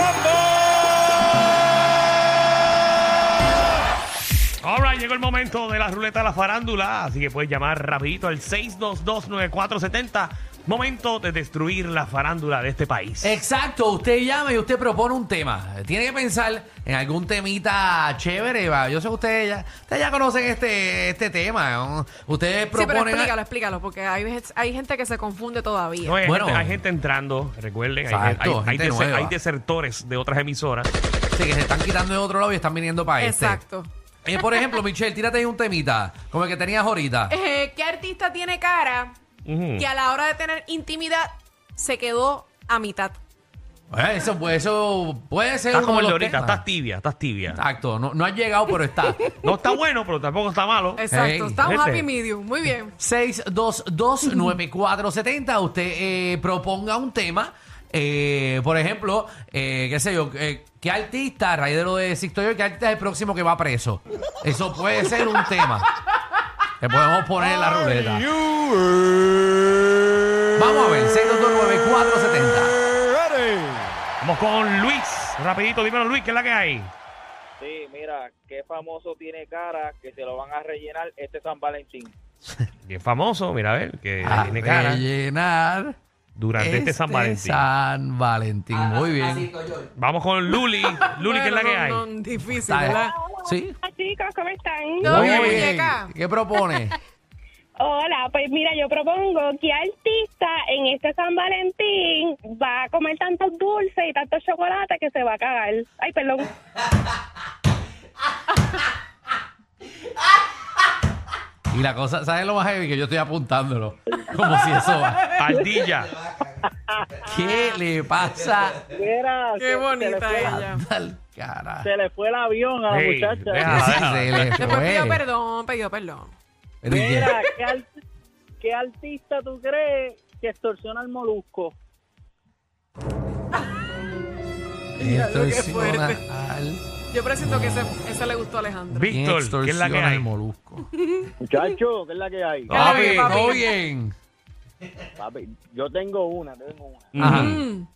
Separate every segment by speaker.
Speaker 1: rumble.
Speaker 2: Ahora llegó el momento de la ruleta de la farándula, así que puedes llamar rapidito al 6229470. Momento de destruir la farándula de este país.
Speaker 3: Eh,
Speaker 4: Exacto, usted llama y usted propone un tema. Tiene que pensar en algún temita chévere. va. Yo sé que ustedes ya, ustedes ya conocen este, este tema. ¿no? Ustedes
Speaker 3: Sí, pero
Speaker 4: proponen.
Speaker 3: explícalo, explícalo, porque hay, veces- hay gente que se confunde todavía.
Speaker 2: No, hay,
Speaker 4: Bueno.
Speaker 2: gente, hay gente entrando, recuerden, hay, hay-
Speaker 4: Exacto,
Speaker 2: hay
Speaker 4: gente
Speaker 2: dese-
Speaker 4: nueva.
Speaker 2: hay desertores de otras emisoras.
Speaker 4: Sí, que se están quitando de otro lado y están viniendo para este.
Speaker 3: Exacto.
Speaker 4: Eh, por ejemplo, Michelle, tírate ahí un temita, como el que tenías ahorita.
Speaker 3: Eh, ¿Qué artista tiene cara
Speaker 2: Ujú.
Speaker 3: que a la hora de tener intimidad se quedó a mitad?
Speaker 4: Eh, eso, puede- eso puede ser
Speaker 2: Estás
Speaker 4: uno
Speaker 2: como el de
Speaker 4: los
Speaker 2: ahorita,
Speaker 4: temas.
Speaker 2: estás tibia, estás tibia.
Speaker 4: Exacto, no, no has llegado, pero está.
Speaker 2: No está bueno, pero tampoco está malo.
Speaker 3: Exacto,
Speaker 4: Hey,
Speaker 3: está un
Speaker 2: gente.
Speaker 3: happy medium. Muy bien.
Speaker 4: 622-9470. Usted eh, proponga un tema. eh, por ejemplo, eh, qué sé yo, eh, ¿qué artista, a raíz de lo de Sixto York, qué artista es el próximo que va preso? Eso puede ser un tema. Que podemos poner en la ruleta.
Speaker 1: You
Speaker 4: Vamos a ver, 6229470.
Speaker 1: uh, ready?
Speaker 2: Vamos con Luis. Rapidito, dímelo Luis, ¿qué es la que hay?
Speaker 5: Sí, mira, qué famoso tiene cara que se lo van a rellenar este San Valentín.
Speaker 2: Bien famoso, mira a ver, que
Speaker 4: A
Speaker 2: Ah, tiene cara
Speaker 4: eh, rellenar
Speaker 2: durante este, San Valentín.
Speaker 4: San Valentín, muy bien.
Speaker 2: Vamos con Luli. Luli, ¿qué es la
Speaker 3: Bueno,
Speaker 2: que hay?
Speaker 3: no, no, difícil,
Speaker 4: Está-
Speaker 3: ¿verdad?
Speaker 4: Sí.
Speaker 6: Hola, chicos, ¿cómo están?
Speaker 3: Todo
Speaker 4: Muy
Speaker 3: bien,
Speaker 4: bien.
Speaker 3: muñeca.
Speaker 4: ¿Qué propone?
Speaker 6: Hola, pues mira, yo propongo que artista en este San Valentín va a comer tantos dulces y tantos chocolates que se va a cagar. Ay, perdón.
Speaker 4: Y la cosa, ¿sabes lo más heavy? Que yo estoy apuntándolo. Como si eso va.
Speaker 2: Ardilla.
Speaker 4: ¿Qué le pasa
Speaker 5: Mira,
Speaker 3: Qué bonita ella.
Speaker 4: al cara?
Speaker 5: le fue el avión a
Speaker 2: Ey, deja-
Speaker 4: Se le
Speaker 3: Después pidió
Speaker 4: fue.
Speaker 3: perdón, pidió perdón.
Speaker 4: Dije,
Speaker 5: ¿qué, artista tú crees que extorsiona al molusco?
Speaker 4: extorsiona
Speaker 3: fuerte.
Speaker 4: al
Speaker 3: Yo presiento que ese, ese le gustó a Alejandro.
Speaker 2: Víctor, ¿qué es la que
Speaker 4: extorsiona al
Speaker 2: hay?
Speaker 4: molusco.
Speaker 5: Muchacho, ¿qué es la que hay?
Speaker 3: Ya la vi,
Speaker 4: Papi,
Speaker 3: papi.
Speaker 4: todo bien.
Speaker 5: Papi, yo tengo una, tengo una.
Speaker 4: Ajá.
Speaker 3: Mm,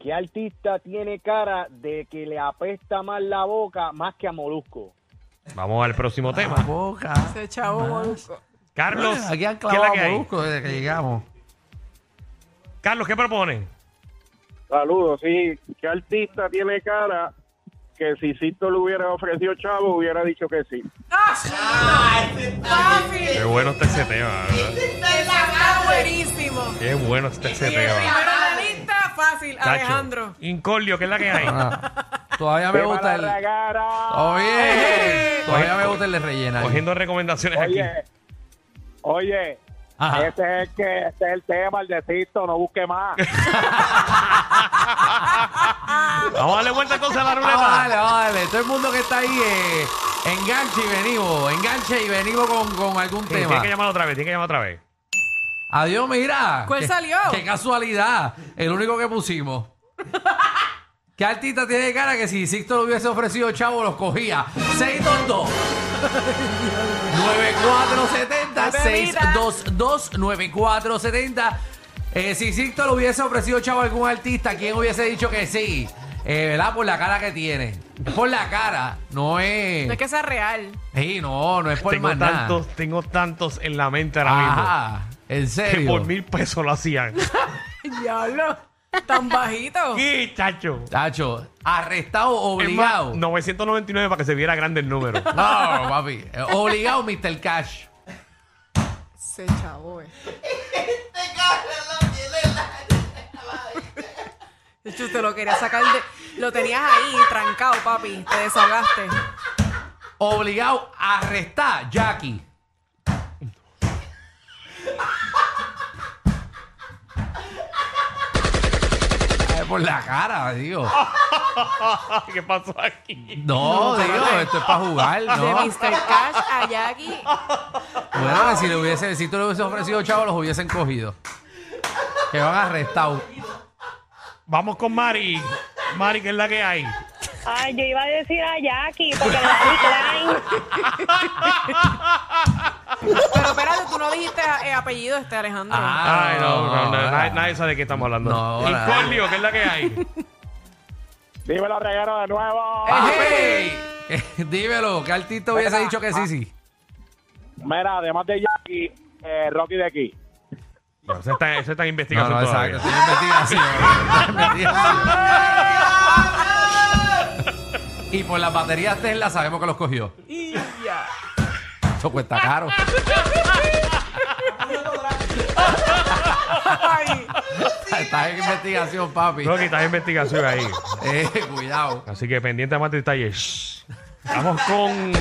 Speaker 5: ¿Qué artista tiene cara de que le apesta más la boca más que a molusco?
Speaker 2: Vamos al próximo
Speaker 4: La
Speaker 2: tema.
Speaker 4: boca.
Speaker 3: ese chavo molusco.
Speaker 2: Carlos,
Speaker 4: Ah, Aquí
Speaker 2: ¿qué
Speaker 4: han
Speaker 2: es la
Speaker 4: clavado
Speaker 2: que
Speaker 4: a
Speaker 2: hay?
Speaker 4: molusco desde que llegamos.
Speaker 2: Carlos, ¿qué proponen?
Speaker 7: Saludos, sí. ¿Qué artista tiene cara que si Cito le hubiera ofrecido chavo, hubiera dicho que sí?
Speaker 3: ¡Ah! ¡Papi!
Speaker 2: Qué bueno está ese tema, ¿verdad?
Speaker 3: Está buenísimo.
Speaker 2: Qué bueno está ese
Speaker 3: Y el primero
Speaker 2: tema.
Speaker 3: en la lista, fácil,
Speaker 2: Tacho.
Speaker 3: Alejandro.
Speaker 2: Incordio, ¿qué es la que hay?
Speaker 4: Ah, Todavía me gusta el. Oye, todavía me gusta el de rellena.
Speaker 2: Cogiendo recomendaciones
Speaker 7: Oye,
Speaker 2: aquí.
Speaker 7: oye,
Speaker 4: Ajá.
Speaker 7: ese es el que, este es el tema, el de Cito, no busque más.
Speaker 2: Vamos a darle vuelta entonces a la
Speaker 4: Vamos, dale,
Speaker 2: ruleta.
Speaker 4: vamos, dale. Todo el mundo que está ahí, eh, enganche y venimos. Enganche y venimos con, con algún
Speaker 2: Sí, Tienes
Speaker 4: tema.
Speaker 2: que llamar otra vez, tienes que llamar otra vez.
Speaker 4: Adiós, mira.
Speaker 3: ¿Cuál
Speaker 4: Qué-
Speaker 3: salió?
Speaker 4: Qué casualidad. El único que pusimos. ¿Qué artista tiene cara que si Sixto lo hubiese ofrecido Chavo los cogía? 622 9470 622 9470 Eh, Si Sixto lo hubiese ofrecido Chavo a algún artista, ¿quién hubiese dicho que sí? Eh, ¿Verdad? Por la cara que tiene. Por la cara. No es...
Speaker 3: No es que sea real.
Speaker 4: Sí, no, no es por
Speaker 2: Tengo
Speaker 4: más nada.
Speaker 2: tantos, tengo tantos en la mente ahora
Speaker 4: Ajá, en
Speaker 2: mismo. Que
Speaker 4: serio.
Speaker 2: por mil pesos lo hacían.
Speaker 3: Diablo, tan bajito.
Speaker 2: ¿Qué, chacho?
Speaker 4: Tacho, arrestado
Speaker 2: Es más,
Speaker 4: obligado.
Speaker 2: 999 para que se viera grande el número.
Speaker 4: No, papi. Eh, Obligado, Mr. Cash.
Speaker 3: Se chavo, eh. De hecho, usted lo quería sacar de. Lo tenías ahí, trancado, papi. Te desahogaste.
Speaker 4: Obligado a arrestar Jackie. por la cara, digo.
Speaker 2: ¿Qué pasó aquí?
Speaker 4: No, digo, esto es para jugar,
Speaker 3: De
Speaker 4: ¿no?
Speaker 3: Mr. Cash a Jackie.
Speaker 4: Bueno, si le hubiese, si tú le hubiese ofrecido chavo, los hubiesen cogido. Que van arrestados.
Speaker 2: Vamos con Mari. Mari, que es la que hay.
Speaker 6: Ay, yo iba a decir a Jackie, porque la vi Klein.
Speaker 3: Pero espérate, tú no dijiste eh, apellido este, Alejandro.
Speaker 2: Ay, no, no, no, nadie, nadie sabe de qué estamos hablando.
Speaker 4: No, no.
Speaker 2: Incordio, que es la que hay.
Speaker 7: Dímelo, reguero, de nuevo.
Speaker 4: Eh. ¡Ey! Dímelo, ¿qué artista hubiese dicho que sí, sí?
Speaker 7: Mira, además de Jackie, eh, Rocky de aquí.
Speaker 2: No, eso está, eso está en
Speaker 4: No,
Speaker 2: investigación
Speaker 4: no,
Speaker 2: todavía.
Speaker 4: exacto. Estoy en investigación. Estoy en investigación. Y por las baterías Tesla sabemos que los cogió. Eso cuesta caro.
Speaker 3: Ay,
Speaker 4: Está en investigación, papi.
Speaker 2: Rocky, está en investigación ahí.
Speaker 4: Eh, cuidado.
Speaker 2: Así que pendiente a más detalles. Vamos con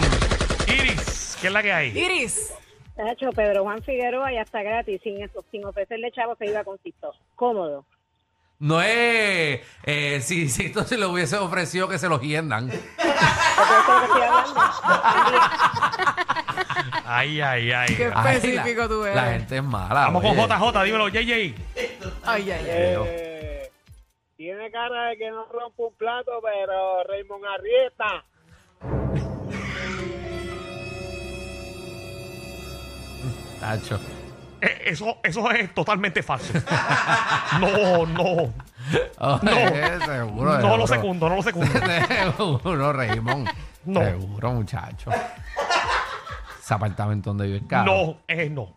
Speaker 2: Iris, que es la que hay.
Speaker 3: Iris.
Speaker 6: Nacho, Pedro Juan Figueroa ya está gratis, sin, eso, sin ofrecerle chavo se iba con Tito. Cómodo.
Speaker 4: No es. Eh, si, si esto se lo hubiese ofrecido que se los hiendan.
Speaker 6: Porque eso es lo que estoy hablando.
Speaker 2: Ay, ay, ay.
Speaker 3: Qué
Speaker 4: Ay,
Speaker 3: específico
Speaker 4: la-
Speaker 3: tú eres.
Speaker 4: La gente es mala.
Speaker 2: Vamos con
Speaker 4: oye.
Speaker 2: JJ, dímelo, JJ.
Speaker 3: Ay, ay, ay.
Speaker 7: Eh, tiene cara de que no rompe un plato, pero Raymond Arrieta.
Speaker 4: Tacho.
Speaker 2: Eh, Eso, eso es totalmente falso. No, no.
Speaker 4: Oye, seguro,
Speaker 2: No
Speaker 4: seguro.
Speaker 2: lo secundo, no lo secundo.
Speaker 4: Seguro, Raymond.
Speaker 2: No.
Speaker 4: Seguro, muchacho. Ese apartamento donde vives caro.
Speaker 2: No, eh, no.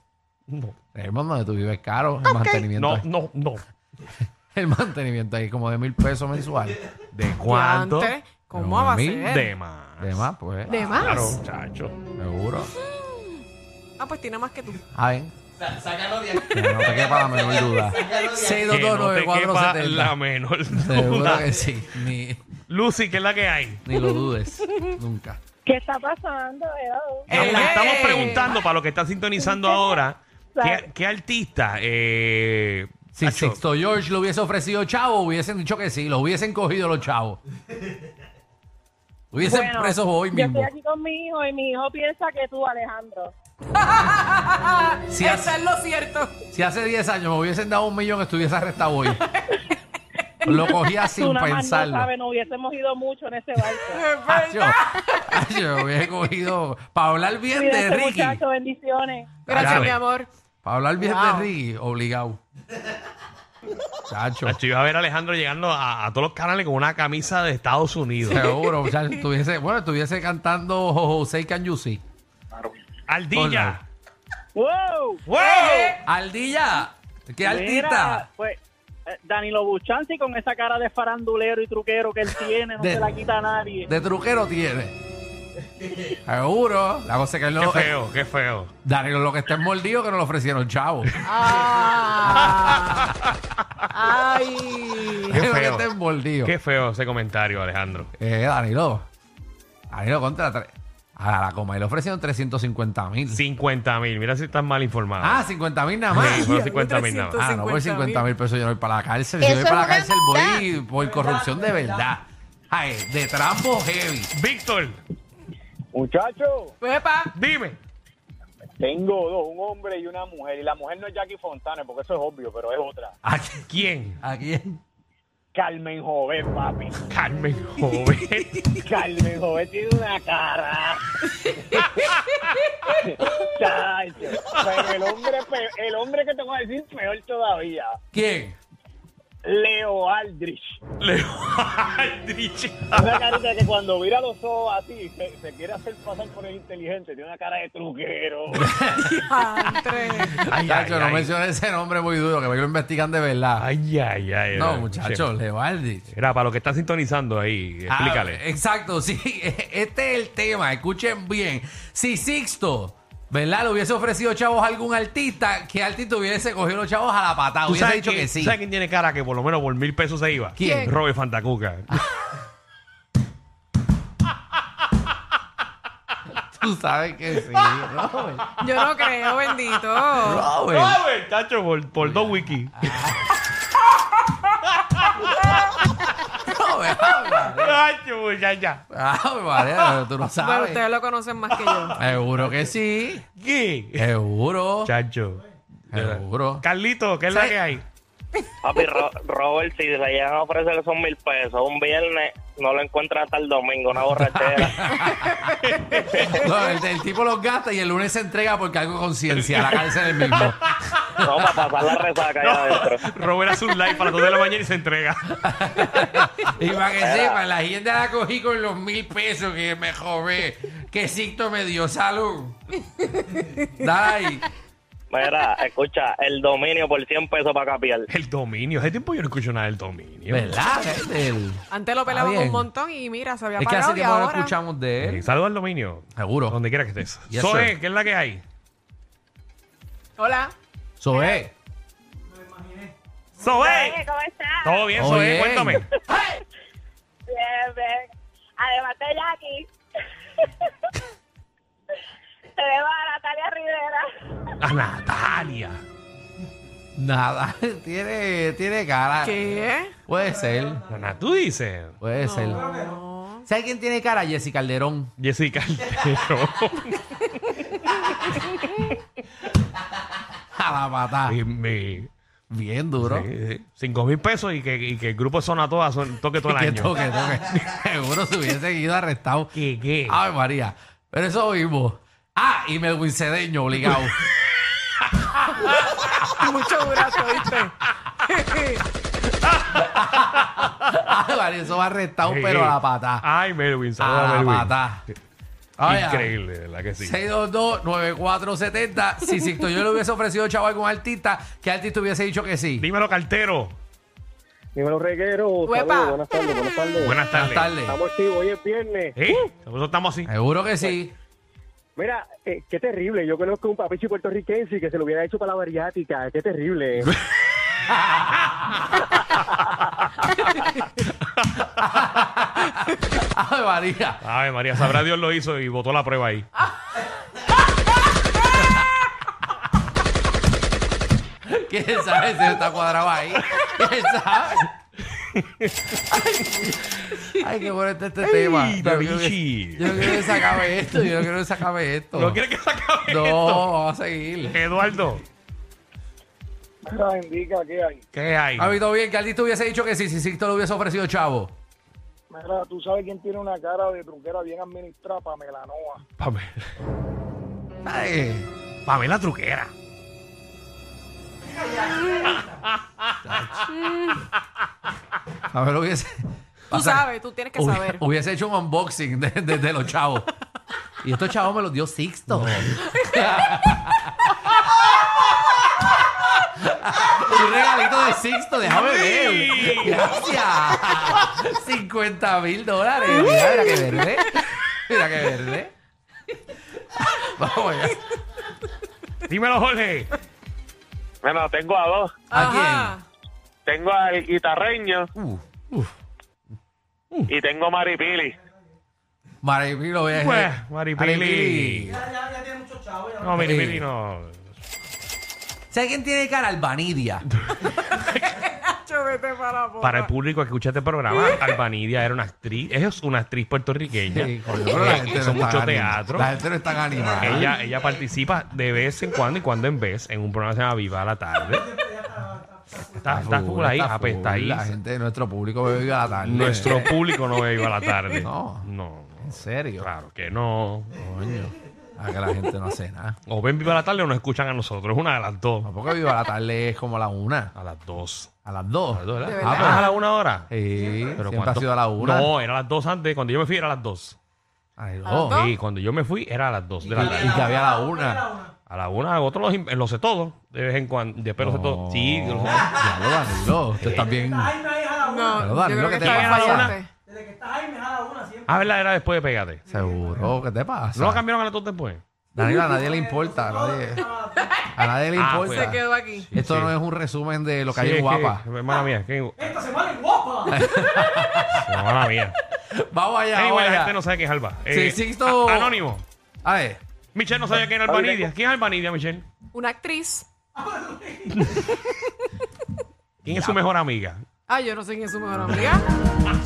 Speaker 2: No,
Speaker 4: Raymond, donde tú vives caro. El mantenimiento,
Speaker 2: no,
Speaker 4: es-
Speaker 2: no, no.
Speaker 4: el mantenimiento ahí es como de mil pesos mensual.
Speaker 2: ¿De
Speaker 3: Diante, ¿Cómo
Speaker 4: Pero
Speaker 3: va a
Speaker 4: mil
Speaker 3: ser?
Speaker 2: De más.
Speaker 4: De más, pues.
Speaker 3: ¿De más?
Speaker 2: Claro, muchacho.
Speaker 4: Seguro.
Speaker 3: Ah, pues tiene más que tú.
Speaker 4: A ver. Sácalo de No te quepa la menor duda.
Speaker 2: Que no te quepa
Speaker 4: 6229470.
Speaker 2: la menor
Speaker 4: Seguro
Speaker 2: duda.
Speaker 4: que sí. Eh, Ni,
Speaker 2: Lucy, que es la que hay.
Speaker 4: ni lo dudes. Nunca.
Speaker 6: ¿Qué está pasando, Edo?
Speaker 2: Estamos,
Speaker 3: ¡Eh!
Speaker 2: estamos preguntando para los que están sintonizando ahora, ¿qué, qué artista? Eh,
Speaker 4: Si
Speaker 2: Nacho,
Speaker 4: Sixto George lo hubiese ofrecido chavo, hubiesen dicho que sí, lo hubiesen cogido los chavos. hubiesen
Speaker 6: Bueno,
Speaker 4: presos hoy
Speaker 6: Yo
Speaker 4: mismo.
Speaker 6: estoy aquí con mi hijo y mi hijo piensa que tú, Alejandro.
Speaker 4: Si
Speaker 3: Eso
Speaker 4: hace,
Speaker 3: es lo cierto.
Speaker 4: si hace 10 años me hubiesen dado un millón, estuviese arrestado hoy. lo cogía
Speaker 6: tú
Speaker 4: sin
Speaker 6: nada más no
Speaker 4: pensarlo.
Speaker 6: sabes, no hubiésemos ido mucho en ese barco.
Speaker 3: Es
Speaker 4: Ah, yo,
Speaker 3: verdad.
Speaker 4: ah, yo hubiese cogido. Para hablar bien de
Speaker 6: Cuídense,
Speaker 4: Ricky.
Speaker 6: muchachos, bendiciones.
Speaker 3: Gracias,
Speaker 2: Dale.
Speaker 3: mi amor.
Speaker 4: Para hablar bien
Speaker 3: Wow.
Speaker 4: de Ricky, obligado. Chacho.
Speaker 2: Nacho, yo iba a ver a Alejandro llegando a, a todos los canales con una camisa de Estados Unidos.
Speaker 4: Seguro, muchacho, estuviese, bueno, estuviese cantando José Can You See.
Speaker 2: Aldilla.
Speaker 7: ¡Wow!
Speaker 2: ¡Wow!
Speaker 4: Aldilla, qué artista.
Speaker 7: Mira, pues eh, Danilo Buchansi con esa cara de farandulero y truquero que él tiene, no
Speaker 4: De-
Speaker 7: se la quita a nadie.
Speaker 4: de truquero tiene. Seguro. La cosa es que
Speaker 2: Qué
Speaker 4: no, eh,
Speaker 2: feo, qué feo.
Speaker 4: Danilo, lo que está mordido que no lo ofrecieron, chavo.
Speaker 3: Ah. Ay.
Speaker 2: Qué
Speaker 4: Es lo que
Speaker 2: feo.
Speaker 4: está mordido.
Speaker 2: Qué feo ese comentario, Alejandro.
Speaker 4: Eh, Danilo. Danilo contra tre- A la coma, y le ofrecieron 350 mil.
Speaker 2: 50 mil. Mira si estás mal informado.
Speaker 4: Ah, 50 mil nada más.
Speaker 2: Sí, fueron 50 mil nada más.
Speaker 4: Ah, no, por 50 mil pesos yo no voy para la cárcel. Si
Speaker 8: Eso
Speaker 4: yo voy para la
Speaker 8: es
Speaker 4: cárcel,
Speaker 8: una
Speaker 4: voy por corrupción de verdad. Ay, de trampo heavy.
Speaker 2: Víctor,
Speaker 7: Muchacho,
Speaker 3: Pepa.
Speaker 2: dime.
Speaker 7: tengo dos, un hombre y una mujer. Y la mujer no es Jackie Fontana, porque eso es obvio, pero es otra.
Speaker 4: ¿A qui-
Speaker 2: ¿Quién?
Speaker 4: ¿A quién?
Speaker 7: Carmen Jovet, papi.
Speaker 2: Carmen Joven.
Speaker 7: Carmen Jovet tiene una cara. Chacho, pero el hombre, pe- el hombre que te voy a decir peor todavía,
Speaker 4: ¿Quién?
Speaker 7: Leo Aldrich.
Speaker 2: Leo Aldrich.
Speaker 7: Una carita que cuando mira los ojos así, se, se quiere hacer pasar por el inteligente, tiene una cara de truquero.
Speaker 3: Andre.
Speaker 2: Ay,
Speaker 4: Muchacho,
Speaker 2: ay,
Speaker 4: no
Speaker 2: ay.
Speaker 4: menciones ese nombre muy duro, que me lo investigan de verdad.
Speaker 2: Ay, eh, ay, ay.
Speaker 4: no,
Speaker 2: ay,
Speaker 4: muchachos, Levaldi.
Speaker 2: Era para los que están sintonizando ahí, Eh, explícale.
Speaker 4: Ah, exacto, sí. Este es el tema, escuchen bien. Si Sixto, ¿verdad? Le hubiese ofrecido chavos a algún artista, ¿qué artista hubiese cogido los chavos a la patada?
Speaker 2: ¿Tú
Speaker 4: Hubiese
Speaker 2: sabes
Speaker 4: dicho
Speaker 2: quién-
Speaker 4: que sí.
Speaker 2: ¿Sabes quién tiene cara que por lo menos por mil pesos se iba?
Speaker 4: ¿Quién? Ah.
Speaker 2: Robert Fantacuca.
Speaker 4: Tú sabes que sí, Robert.
Speaker 3: Yo no creo, bendito.
Speaker 4: Robert. Ah,
Speaker 2: Robert, chacho, por, por dos wikis. Hacho, muchacha.
Speaker 4: Ah, vale, tú no
Speaker 3: Bueno,
Speaker 4: sabes.
Speaker 3: ustedes lo conocen más que yo.
Speaker 4: Seguro que sí.
Speaker 2: ¿Qué?
Speaker 4: Seguro.
Speaker 2: Chacho.
Speaker 4: Seguro.
Speaker 2: Carlito, ¿qué es la
Speaker 4: Sí.
Speaker 2: que hay?
Speaker 8: Papi, Ro- Robert, si le llegan a ofrecer esos mil pesos un viernes, no lo encuentra hasta el domingo, una borrachera.
Speaker 4: No, el, el tipo los gasta y el lunes se entrega porque algo conciencia. La cárcel es el mismo.
Speaker 8: no, para pasar la resaca allá adentro.
Speaker 2: Robert hace un live para las dos de la mañana y se entrega.
Speaker 4: Y para que sepan, la gente la cogí con los mil pesos que me jodé. Que Sixto me dio salud. Dale ahí.
Speaker 8: Mira, escucha, el dominio por 100 pesos para capiar.
Speaker 2: El dominio. Hace tiempo yo no escucho nada del dominio.
Speaker 4: ¿Verdad? Del-
Speaker 3: Antes lo
Speaker 4: Ah,
Speaker 3: pelaban
Speaker 4: bien.
Speaker 3: un montón y mira, se había
Speaker 4: Es que hace
Speaker 3: parado y
Speaker 4: tiempo no
Speaker 3: ahora...
Speaker 4: escuchamos de
Speaker 2: Eh,
Speaker 4: él.
Speaker 2: Saludos al dominio.
Speaker 4: Seguro.
Speaker 2: Donde quiera que estés.
Speaker 4: Yes,
Speaker 2: Zoe,
Speaker 4: sir.
Speaker 2: ¿qué es la que hay?
Speaker 3: Hola.
Speaker 4: Sobe.
Speaker 2: Zoe.
Speaker 6: ¿Cómo estás?
Speaker 2: Todo bien,
Speaker 4: Todo
Speaker 2: Zoe,
Speaker 4: bien.
Speaker 2: cuéntame.
Speaker 6: Bien, bien. Además de Jackie, tenemos a Natalia Rivera.
Speaker 2: A Natalia.
Speaker 4: Nada. Tiene, tiene cara.
Speaker 3: ¿Qué?
Speaker 4: Puede ser.
Speaker 2: Ana, tú dices.
Speaker 4: Puede ser. Si alguien tiene cara, Jessy Calderón.
Speaker 2: Jessica Altero.
Speaker 4: A la patada.
Speaker 2: Y me-
Speaker 4: Bien duro.
Speaker 2: sí, sí. Cinco mil pesos y que, y que el grupo Zona Toda son- toque todo el
Speaker 4: Que
Speaker 2: año.
Speaker 4: toque, toque. Seguro se hubiese ido arrestado.
Speaker 2: ¿Qué, qué?
Speaker 4: Ay, María. Pero eso oímos. Ah, y Melwin Cedeño, obligado.
Speaker 3: Mucho durazo, ¿viste?
Speaker 4: Ay, María, eso va arrestado,
Speaker 2: Ey,
Speaker 4: pero a la
Speaker 2: ey.
Speaker 4: patada.
Speaker 2: Ay, Melvin, saludos Ah, a
Speaker 4: A la
Speaker 2: Melvin.
Speaker 4: patada. Ay, ay.
Speaker 2: Increíble, ¿verdad que sí?
Speaker 4: 622-9470. Si Sixto yo le hubiese ofrecido chaval con artista, ¿qué artista hubiese dicho que sí?
Speaker 2: Dímelo, cartero.
Speaker 5: Dímelo, reguero.
Speaker 3: Uepa.
Speaker 5: Saludos, buenas tardes, buenas tardes.
Speaker 2: Buenas tardes.
Speaker 4: Buenas tardes.
Speaker 5: Estamos activos, hoy es viernes.
Speaker 2: ¿Eh? Nosotros estamos así.
Speaker 4: Seguro que sí.
Speaker 5: Mira, eh, qué terrible. Yo conozco un papichi puertorriquense que se lo hubiera hecho para la bariátrica. Qué terrible.
Speaker 4: Ay, María.
Speaker 2: Ay, María, sabrá Dios lo hizo y votó la prueba ahí.
Speaker 4: Ah. ¿Quién sabe si está cuadrado ahí? ¿Quién sabe? Ay, Ay, qué bueno este, este tema. Yo
Speaker 2: Da
Speaker 4: creo que-
Speaker 2: Vinci.
Speaker 4: Yo no quiero que se acabe esto. Yo no quiero que se acabe esto.
Speaker 2: ¿No quiere que se acabe
Speaker 4: No,
Speaker 2: esto?
Speaker 4: vamos a seguir.
Speaker 2: Eduardo,
Speaker 5: indica que hay.
Speaker 2: ¿qué hay?
Speaker 4: Ha habido bien que Aldito hubiese dicho que sí, si Sixto lo hubiese ofrecido chavo.
Speaker 5: Mira, tú sabes quién tiene una cara de truquera bien administrada para Melanoa.
Speaker 2: Pamela.
Speaker 4: Ay,
Speaker 2: Pamela Truquera.
Speaker 4: a ver, hubiese.
Speaker 3: Tú sabes, tú tienes que
Speaker 4: Hubi-
Speaker 3: saber.
Speaker 4: Hubiese hecho un unboxing de, de- de los chavos. Y estos chavos me los dio Sixto. un regalito de Sixto, déjame ver.
Speaker 2: Sí.
Speaker 4: Gracias. 50 mil dólares. Mira, mira que verde. Mira que verde. Vamos allá.
Speaker 2: Dímelo, Jorge.
Speaker 7: Bueno, tengo a dos.
Speaker 4: ¿A
Speaker 3: Ajá.
Speaker 7: Tengo al guitarreño
Speaker 4: quién? Uf, uf.
Speaker 7: y tengo a Maripili.
Speaker 4: Maripili lo ve.
Speaker 2: Pues, Maripili. No, Maripili no.
Speaker 4: ¿Sabes quién tiene cara? Albanidia.
Speaker 3: Yo vete para la boca.
Speaker 2: Para el público que escucha este programa, Albanidia era una actriz, es una actriz puertorriqueña.
Speaker 4: Sí, coño, pero la
Speaker 2: Eh,
Speaker 4: gente
Speaker 2: hizo
Speaker 4: no está
Speaker 2: mucho
Speaker 4: anima-
Speaker 2: teatro.
Speaker 4: La gente no está animada.
Speaker 2: Ella, ella participa de vez en cuando y cuando en vez en un programa que se llama Viva la Tarde. Está, Ah, está full ahí,
Speaker 4: está full.
Speaker 2: apestadiza.
Speaker 4: La gente de nuestro público bebe viva la tarde.
Speaker 2: Nuestro público no ve Viva la Tarde.
Speaker 4: No.
Speaker 2: No, no.
Speaker 4: En serio.
Speaker 2: Claro que no.
Speaker 4: Coño. A que la gente no hace nada.
Speaker 2: O ven Viva la Tarde o nos escuchan a nosotros. Una de las dos.
Speaker 4: Tampoco viva la tarde es como a la una.
Speaker 2: A las dos.
Speaker 4: A las dos. pues.
Speaker 2: ¿Verdad?
Speaker 3: De
Speaker 2: Ah,
Speaker 3: verdad.
Speaker 2: pero es a la una hora.
Speaker 4: Sí,
Speaker 2: Pero
Speaker 4: Eh, siempre ha
Speaker 2: ¿cuánto?
Speaker 4: sido a la una.
Speaker 2: No, era a las dos antes. Cuando yo me fui era a las dos.
Speaker 4: Ay, no.
Speaker 3: ¿A las dos?
Speaker 2: Sí, cuando yo me fui era a las dos de la
Speaker 4: Y, y
Speaker 2: tarde.
Speaker 4: que había a la una.
Speaker 2: A la una, otro los, im- lo sé todo. De vez en cuando. Después lo sé todo. Sí,
Speaker 4: No,
Speaker 2: lo sé.
Speaker 4: Ya lo Danilo. Usted está bien.
Speaker 3: No,
Speaker 4: Dani,
Speaker 3: yo
Speaker 4: lo
Speaker 3: creo
Speaker 4: que
Speaker 3: que
Speaker 4: te
Speaker 3: está bien
Speaker 2: pasa.
Speaker 3: fallaste.
Speaker 2: Ah, verdad, era después de Pégate.
Speaker 4: Seguro. ¿Qué te pasa?
Speaker 2: ¿No lo cambiaron a las dos después?
Speaker 4: Danilo, a nadie le importa. A nadie, a nadie le
Speaker 2: Ah,
Speaker 4: importa.
Speaker 2: pues.
Speaker 3: Se quedó aquí.
Speaker 4: Esto
Speaker 2: Sí.
Speaker 4: no es un resumen de lo que
Speaker 2: Sí,
Speaker 4: hay
Speaker 2: es
Speaker 4: en guapa.
Speaker 2: que- hermana mía, es que... ¡Esta se vale guapa! hermana mía.
Speaker 4: Vamos allá,
Speaker 2: Anyway,
Speaker 4: vamos
Speaker 2: la
Speaker 4: allá.
Speaker 2: gente no sabe quién es Alba. Eh,
Speaker 4: Sí, Sixto-
Speaker 2: a- Anónimo.
Speaker 4: A ver.
Speaker 2: Michelle no sabía quién era Albanidia. ¿Quién es Albanidia, Michelle?
Speaker 3: Una actriz.
Speaker 2: ¿Quién es su mejor amiga?
Speaker 3: Ah, yo no sé quién es su mejor amiga.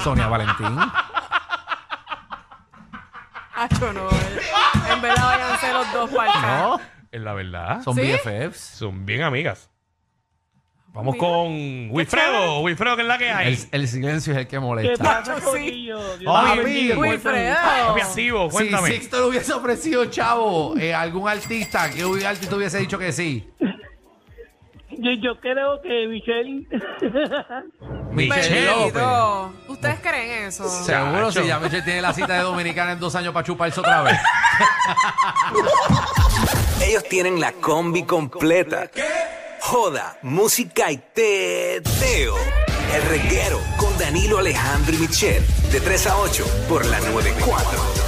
Speaker 4: Sonia Valentín.
Speaker 3: Acho, no. eh. En verdad, váyanse los dos para el
Speaker 4: No,
Speaker 2: Es la verdad.
Speaker 4: son
Speaker 3: ¿Sí?
Speaker 4: BFFs.
Speaker 2: Son bien amigas. Vamos
Speaker 3: Mira.
Speaker 2: con Wilfredo. Wilfredo, que es la que hay.
Speaker 4: El, el silencio es el que molesta.
Speaker 3: Acho, sí.
Speaker 2: Ah.
Speaker 4: Papi,
Speaker 3: Wilfredo.
Speaker 2: Papi activo,
Speaker 4: si
Speaker 2: cuéntame.
Speaker 4: Sixto le hubiese ofrecido, chavo, eh, algún artista, ¿qué hubi- artista hubiese dicho que sí?
Speaker 9: Yo, yo creo que Michelle.
Speaker 4: Michelle López.
Speaker 3: Bendito. ¿Ustedes creen eso?
Speaker 4: Seguro
Speaker 2: Chacho.
Speaker 4: si ya Michelle tiene la cita de Dominicana en dos años para chuparse otra vez.
Speaker 1: Ellos tienen la combi completa. Joda, música y teo. El reguero con Danilo Alejandro y Michel. De 3 a 8 por la 94.